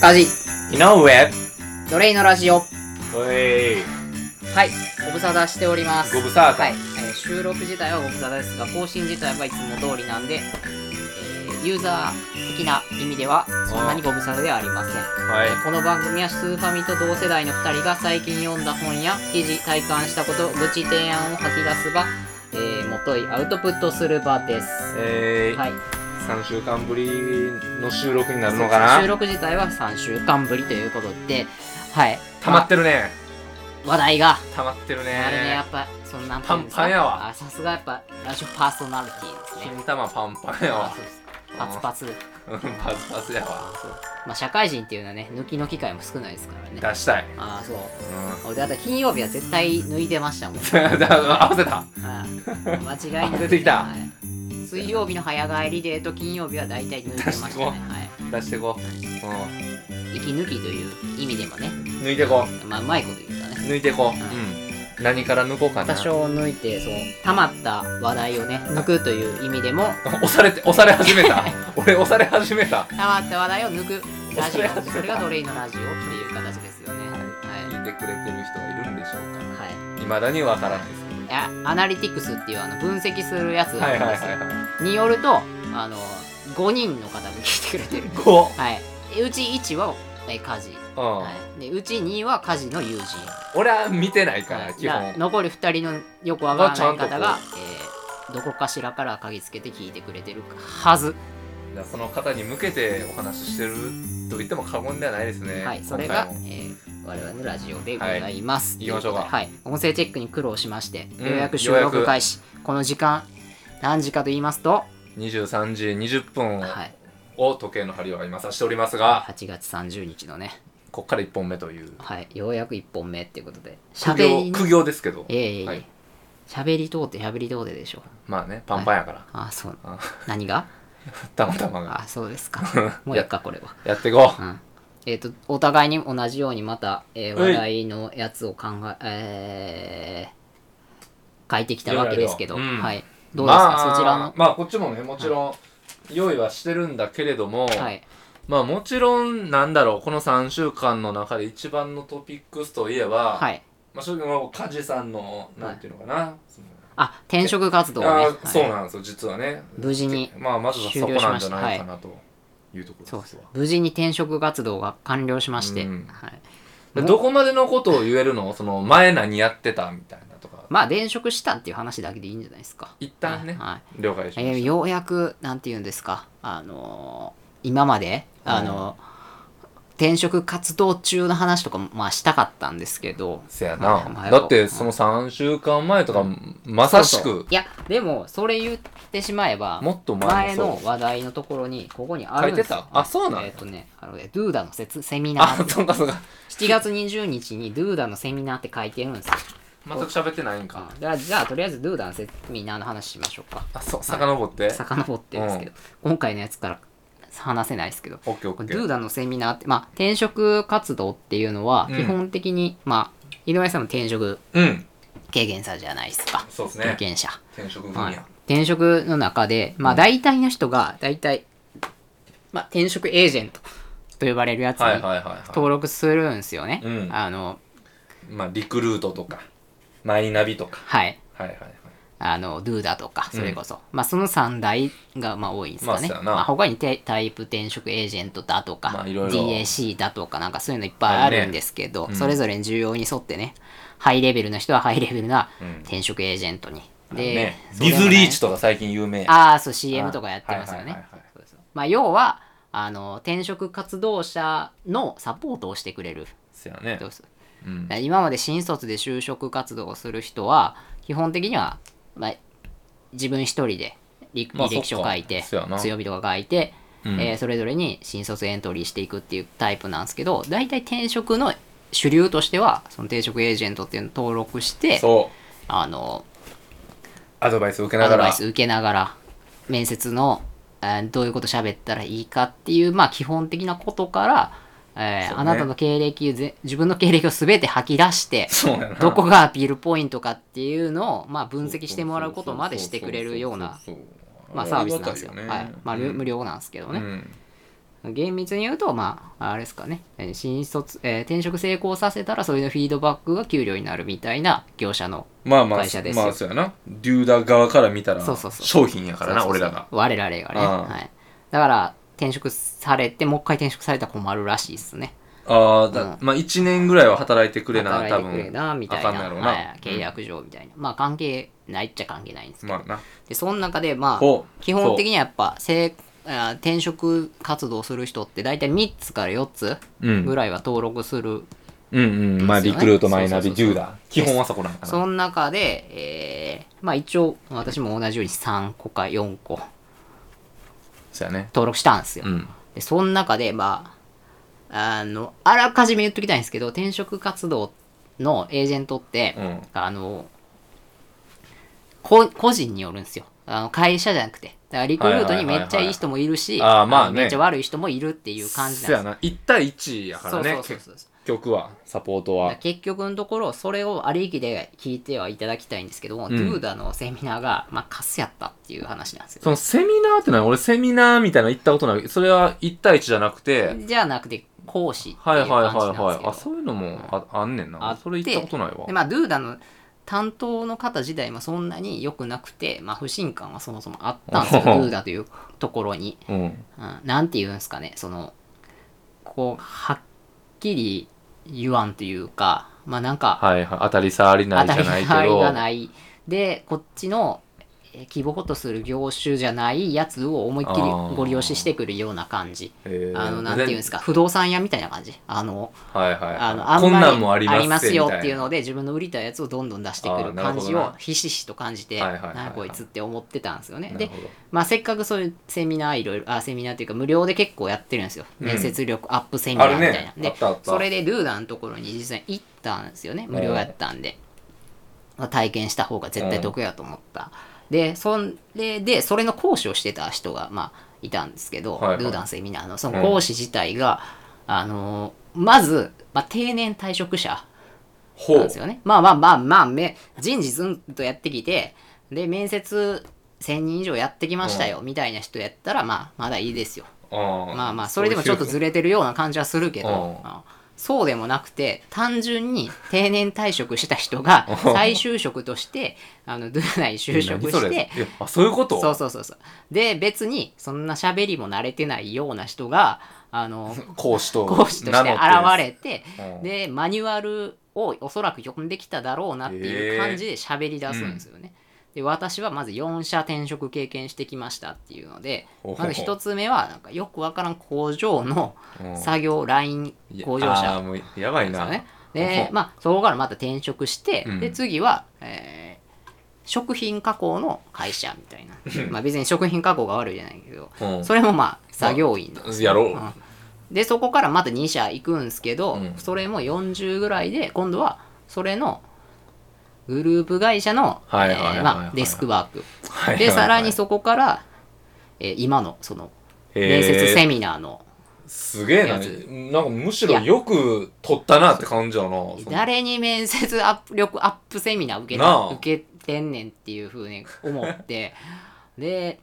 カジ、井上奴隷のラジオ。おいはい、ご無沙汰しております。ご無沙汰はい、えー収録自体はご無沙汰ですが、更新自体はいつも通りなんで、えーユーザー的な意味では、そんなにご無沙汰ではありません。はいえーこの番組はスーファミと同世代の2人が最近読んだ本や記事体感したこと愚痴提案を吐き出す場、えー、もといアウトプットする場です、えーはい、 3週間ぶりの収録になるのかな収録自体は3週間ぶりということではい溜まってるねまあ話題が溜まってるあれねやねっぱそのなんていうんですかパンパンやわあさすがやっぱラジオパーソナリティですね金玉パンパンやあわそうですパツパツ うんパズパズやわあそうまあ社会人っていうのはね抜きの機会も少ないですからね出したいああそうう俺だって金曜日は絶対抜いてま したもんんだ 合わせたはい間違いな上がくってきたはい水曜日の早帰りデート金曜日は大体抜いてました確ね、かには出してこい、息抜きという意味でもねうん抜いてこまあうまいこと言ったね抜いてこううん何から抜こうかな多少抜いてそう溜まった話題をね抜くという意味でも押されて押され始め た俺押され始めた溜まった話題を抜くラジそれはオ それが奴隷のラジオっていう形ですよねはい聞いてくれてる人がいるんでしょうかはい未だにわからないですけどいやアナリティクスっていうあの分析するやつなんはいはいですよはいはいによるとあの5人の方が聞いてくれてる こはい、でうち1はえ家事、ううんはい、でうち2は家事の友人、俺は見てないから、はい基だ本残り2人のよくわからないがちゃ方んとがこ、えーどこかしらから鍵つけて聞いてくれてるはず、じゃあその方に向けてお話ししてると言っても過言ではないですねはい、それ今が回、もえー我々のラジオでございます、はい行きましょうかはい、音声チェックに苦労しまして、うんようやく収ようや録く開始この時間何時かと言いますと、 23時20分はい、を時計の針は今指しておりますが8月30日のね、こっから1本目というはい、ようやく1本目っていうことでしゃ苦べり行ね苦行ですけどいやいやいやはいしゃべりとうてしゃべりとうてでしょまあねパンパンやから、 あそうあ何がたまたまがあそうです かもういいかこれは、やっていこうん、えっ、とお互いに同じようにまた、えーはい話題のやつを考ええー書いてきたわけですけど、いろいろあるようんはいうどうですか、まあそちらのまあこっちもねもちろん用意はしてるんだけれども、はいまあもちろんなんだろうこの3週間の中で一番のトピックスといえば、はいまあ、正直もう梶さんのなんていうのかな、そのあ転職活動ね、あはーいそうなんですよ実はね無事にまあまずはそこなんじゃないかなというとこそろうですわ、無事に転職活動が完了しまして、うんはい、でどこまでのことを言えるのその前何やってたみたいなとかまあ転職したっていう話だけでいいんじゃないですか一旦ね、はい了解しまえーしようやくなんて言うんですかあのー今まであのー転職活動中の話とかもまあしたかったんですけどたせやはいまあなやろだうってその3週間前とかまさしそうそうくいやでもそれ言ってしまえばもっと前前もそうの話題のところにここにあるんですよ書いてたあそうなんやえっ、とねあのねドゥーダのせつセミナあーそうかそうか7月20日にドゥーダのセミナーって書いてるんですよ全く喋ってないんあかだからじゃあとりあえずドゥーダのセミナーの話しましょうかあそう遡って遡ってですけど、今回のやつから話せないですけどオッケーオこッれケドゥーーダのセミナーって、まあ、転職活動っていうのはうん基本的に、まあ井上さんも転職うん経験者じゃないですか、そうです経ね験者、転職分野、はい、転職の中で、まあ、大体の人が大体、まあ、転職エージェントと呼ばれるやつはいはいにはいはい登録するんですよね、うんあのまあリクルートとかマイナビとかはいはいはいはいあのドゥーダとかそれこそ、まあその3大がまあ多いんですかね、まあそうやなまあ、他にテタイプ転職エージェントだとか、まあいろいろ DAC だとかなんかそういうのいっぱいあるんですけど、あるねうんそれぞれに需要に沿ってねハイレベルな人はハイレベルなうん転職エージェントに、あので、ね、そデれもィねズリーチとか最近有名やああそう CM とかやってますよね、はいはいはいはいそうそうまあ要はあの転職活動者のサポートをしてくれるせやねどうするうん今まで新卒で就職活動をする人は基本的には、まあ、自分一人で履まあ履歴書書いて、そっかそうやな強火とか書いて、うんえーそれぞれに新卒エントリーしていくっていうタイプなんですけど大体転職の主流としてはその転職エージェントっていうのを登録してそうあのアドバイス受けなアがドバらイス受けながら面接の、えーどういうこと喋ったらいいかっていう、まあ、基本的なことから、えーそうねあなたの経歴ぜ自分の経歴を全て吐き出してそうやな どこがアピールポイントかっていうのを、まあ、分析してもらうことまでしてくれるような、そうそうそうそうまあ、サービスなんですよ。ありがはたいまあ、無無料なんですけどよねね、厳密に言うと、まあ、あれですかね、えー新卒、えー転職成功させたら、それのフィードバックが給料になるみたいな業者の、まあまあ、会社ですよまあそうやな。デューダー側から見たらそうそうそう商品やからな、そうそう俺そうらが。我々がね。うんはい、だから、転職されて、もう一回転職されたら困るらしいですね。ああ、だうまあ1年ぐらいは働いてくれな、多働いてくれ分。な、みたいあな。かんやろうなはい、契約上みたいな。まあ、関係ないっちゃ関係ないんですけど。まあな。で、その中で、まあ、こう基本的にはやっぱせいあー転職活動する人って大体3つから4つうんぐ。らいは登録する、うんうん。まあですよリねクルート、マイナビ、そうデそうそうューダー。基本はそこなんかそな。の中で、えーまあ一応私も同じように3個か4個そうやね。登録したんですよ、うん。でその中でまああのあらかじめ言っときたいんですけど転職活動のエージェントって、うん。あのこ個人によるんですよあの会社じゃなくてだからリクルートにめっちゃいい人もいるし、はいはいはいはいあーまあねめっちゃ悪い人もいるっていう感じなんそでやすな。1対1やからねそう、そうそうそう結局は、サポートだからは。結局のところそれをありきで聞いてはいただきたいんですけども、んドゥーダのセミナーがまあカスやったっていう話なんですよそのセミナーってのは、俺セミナーみたいなの行ったことない。それは1対1じゃなくて、じゃなくて講師ってはいいはういはい感じなんですけど、はい。あ、そういうのもああんねんあなっ。てそれ行ったことないわで。まあドゥーダの担当の方自体もそんなに良くなくて、まあ、不信感はそもそもあったん ですよドゥーダというところに、うん。うん、なんて言うんですかねそのこうはっきり言わんというかまあなんか、はいはい。当たり障りないじゃないけ当たり障りど。がないでこっちのえー希望とする業種じゃないやつを思いっきりあーご利用ししてくるような感じえーあのなんていうんですか不動産屋みたいな感じあのはいはいはい。あのこんまりなんもありますよみたっていうなので自分の売りたいやつをどんどん出してくあーるなる感ほどじなをひしひしと感じてはいはいはいはいなんやこいつって思ってたんですよねなるでほどまあせっかくそういうセミナーいろいろあセミナーっていうか無料で結構やってるんですようん面接力アップセミナーみたいなあ、るねあったあったでそれでルーダーのところに実際行ったんですよね無料やったんで、まあ体験した方が絶対得やと思った、でそれでそれの講師をしてた人がまあいたんですけど、はいはいルーダーのセミナーのその講師自体が、あのーまず、まあ、定年退職者ほなんうですよね。まあまあまあまあ、め人事ずんとやってきて、で、面接1000人以上やってきましたよ、みたいな人やったら、まあ、まだいいですよ。あまあまあ、それでもちょっとずれてるような感じはするけど、うんうんそうでもなくて、単純に定年退職した人が、再就職として、あの、ドゥナに就職何そしれて、いやあそういうことそうそうそうそう。で、別に、そんな喋りも慣れてないような人が、あの、講師と講師として現れて、うんでマニュアルをおそらく読んできただろうなっていう感じで喋り出すんですよね。で私はまず4社転職経験してきましたっていうのでほほほまず1つ目はなんかよくわからん工場のうん作業ラインいや工場あー者もうやばいですよな、ね。ほでほまあそこからまた転職して、うんで次は、えー食品加工の会社みたいな まあ別に食品加工が悪いじゃないけどうんそれもまあ作業員のやろう、うんでそこからまた2社行くんですけど、うんそれも40ぐらいで今度はそれのグループ会社のえはいはいはいはいーまあデスクワークはいはいはいでさらにそこから、えー今のその面接セへーミナーのすげえなやつなんかむしろよく取ったなって感じやなその誰に面接アップ力アップセミナー受けなたあ受けてんねんっていうふうに思って で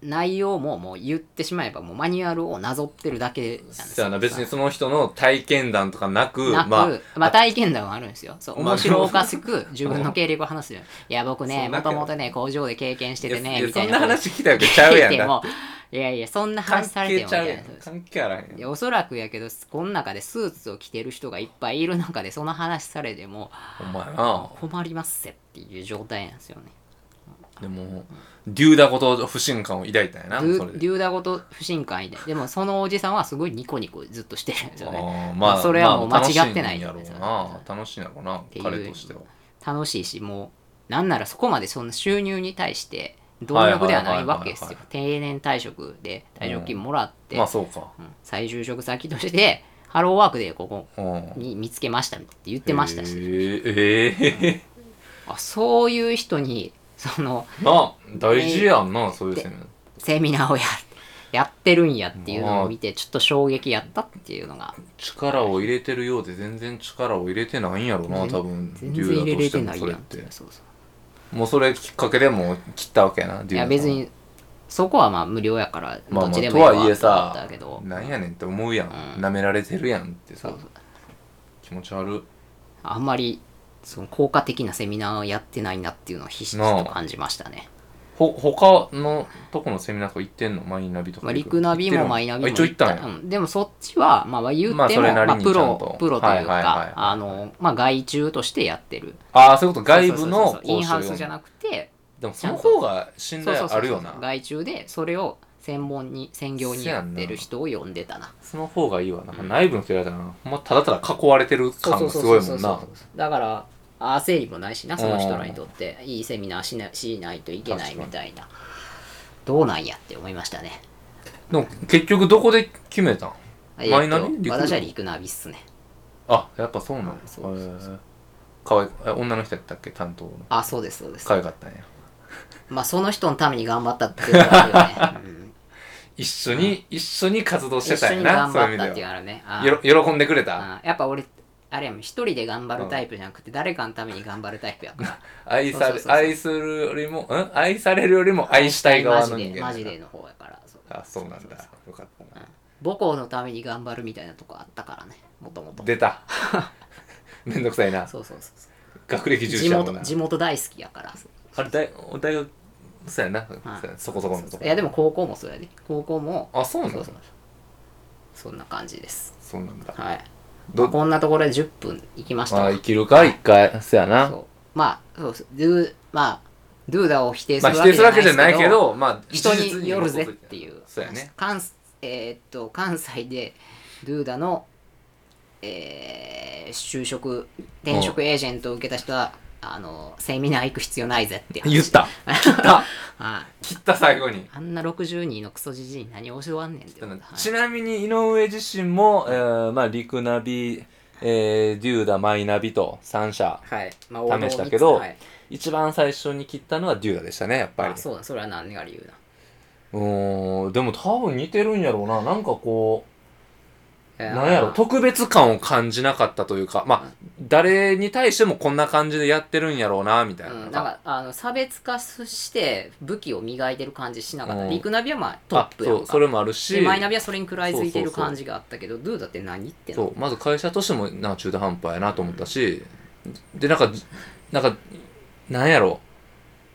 内容ももう言ってしまえばもうマニュアルをなぞってるだけなんですそうやよな別にその人の体験談とかなくなく、ままああ、体験談はあるんですよ。そう、まあ面白おかし く自分の経歴を話すよ。いや、僕ね、そうなもんかともとね、工場で経験してていやね、いやみたいそんな。な話聞いたわけちゃうやん聞いてだもいやいや、そんな関話されて係も、ちゃうみたや。いなん関係あらへんいやおそらくやけど、この中でスーツを着てる人がいっぱいいる中で、その話されても、お前な困りますせっていう状態なんですよね。でもデューダこと不信感を抱いたんやなデそれュでデューダごと不信感いで。でも、そのおじさんはすごいニコニコずっとしてるんですよね。あまーまああ、それはもうまあ間違ってない楽しいんやろうな。楽しいんやろうなてい、う彼としては。楽しいしもうなんならそこまでその収入に対して貪欲ではないわけですはいよは定年退職で退職金もらって、まあそうか。うん再就職先としてハローワークでここうん。に見つけましたって言ってましたし、ええあそういう人にそのー。 な、大事やんな、そういうセミセミナーをややってるんやっていうのを見てちょっと衝撃やったっていうのが力を入れてるようで全然力を入れてないんやろうな、多分。全然入れれてないそやれんっってて。そうそうもうそれきっかけでもう切ったわけやな、デューダいや別にそこはまあ無料やからまあまあどっちでもいいわとはいえさだけどなんやねんって思うやん、うん舐められてるやんってそさうそう気持ち悪あんまりその効果的なセミナーをやってないなっていうのをひしひなしあと感じましたねほ他のとこのセミナーとか行ってんのマイナビとかまあ、リクナビもマイナビもあ一応行ったんや、うんでもそっちは、まあ、まあ言っても、ままああそれなりにプちゃんとロプロというはいはいはいはいかあのまあ外注としてやってるああそういうこと外部そうのそうそうそうインハウスじゃくなくてでもその方が信そうそうそう頼そうあるよな外注でそれを専門に専業にやってる人を呼んでたなその方がいいわな、内部の人やったらなほんまただただ囲われてる感がすごいもんなだからああ整理もないしなその人らにとっていいセミナーしなしないといけないみたいなどうなんやって思いましたねでも結局どこで決めたんマイナビえっとリク私はリクナビっすねあやっぱそうなの、うんそうそうへえかわいえ女の人やったっけ担当のあそうですそうです可愛かったんやまあその人のために頑張ったっていうのはあるよね、う ん一緒に、一緒に活動し一てた緒んにやな頑そういう張意ったっ味ていうでのははあるねあーよろ喜んでくれたあーやっぱ俺あれやもん一人で頑張るタイプじゃなくて誰かのために頑張るタイプやから愛さそうそうそうれそう愛するよりもん愛されるよりも愛したい側のマ人間ジでマジでの方やからそうあそうなんだそうそうよかったな母校のために頑張るみたいなとこあったからねもともと出 ためんどくさいなそうそうそうそう学歴重視地やもん元な地元大好きやからあれ大大学そうやな、はいそうやそこそこのとこいやでも高校もそうやね高校もあそうなんだそうそうそんな感じですそうなんだはいどこんなところで10分いきましたあ生きるか一回そうやなそうまあそうですドゥまあドゥーダを否定すまある否定するわけじゃないですけどまあ人事実によるぜっていうそうやね関えーっと関西でドゥーダの、えー就職転職エージェントを受けた人はあのセミナー行く必要ないぜって言った切たあ切った最後にあんな60人のクソじじいに何を教わんねんって思ったはいちなみに井上自身も、えーまあ、リクナビ、えーデューダマイナビと3社はいまあ王道試にしたけど、はい一番最初に切ったのはデューダでしたねやっぱりあそうだそれは何が理由だうーんでも多分似てるんやろうななんかこえうーなんやろまあ特別感を感じなかったというかまあ誰に対してもこんな感じでやってるんやろうなみたいな,、うん、なんかあの差別化して武器を磨いてる感じしなかった、うんリクナビはまあトップあやんそかうそれもあるしでマイナビはそれに食らいついてそるうそうそう感じがあったけどドゥーだって何ってなそうまず会社としてもなんか中途半端やなと思ったし、でなんかなんかなんやろ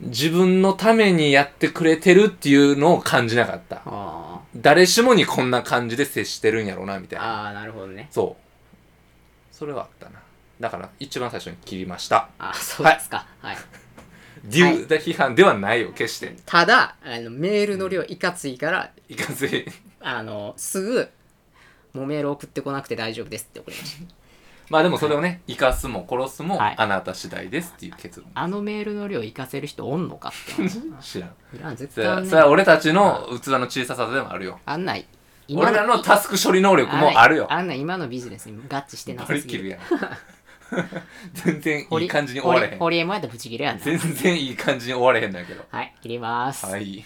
自分のためにやってくれてるっていうのを感じなかったあ誰しもにこんな感じで接してるんやろうなみーたいなあーなるほどねそうそれはあったなだから一番最初に切りましたあーそうですか、はいデューダ批判ではないよ決してただあのメールの量いかついから、いかんせいあのすぐもうメール送ってこなくて大丈夫ですって送りましたまあでもそれをね生かすも殺すもはいあなた次第ですっていう結論あのメールの量いかせる人おんのかって話知らんいらん絶そ対れあはんそれはな俺たちの器の小ささでもあるよあんない今俺らのタスク処理能力もあるよ。あんない今のビジネスに合致してな取さりすぎ切るるやん。 全然いい感じに終われへん。ホリエモンやったらブチ切れやな全然いい感じに終われへんのやけど。はい切ります、はい。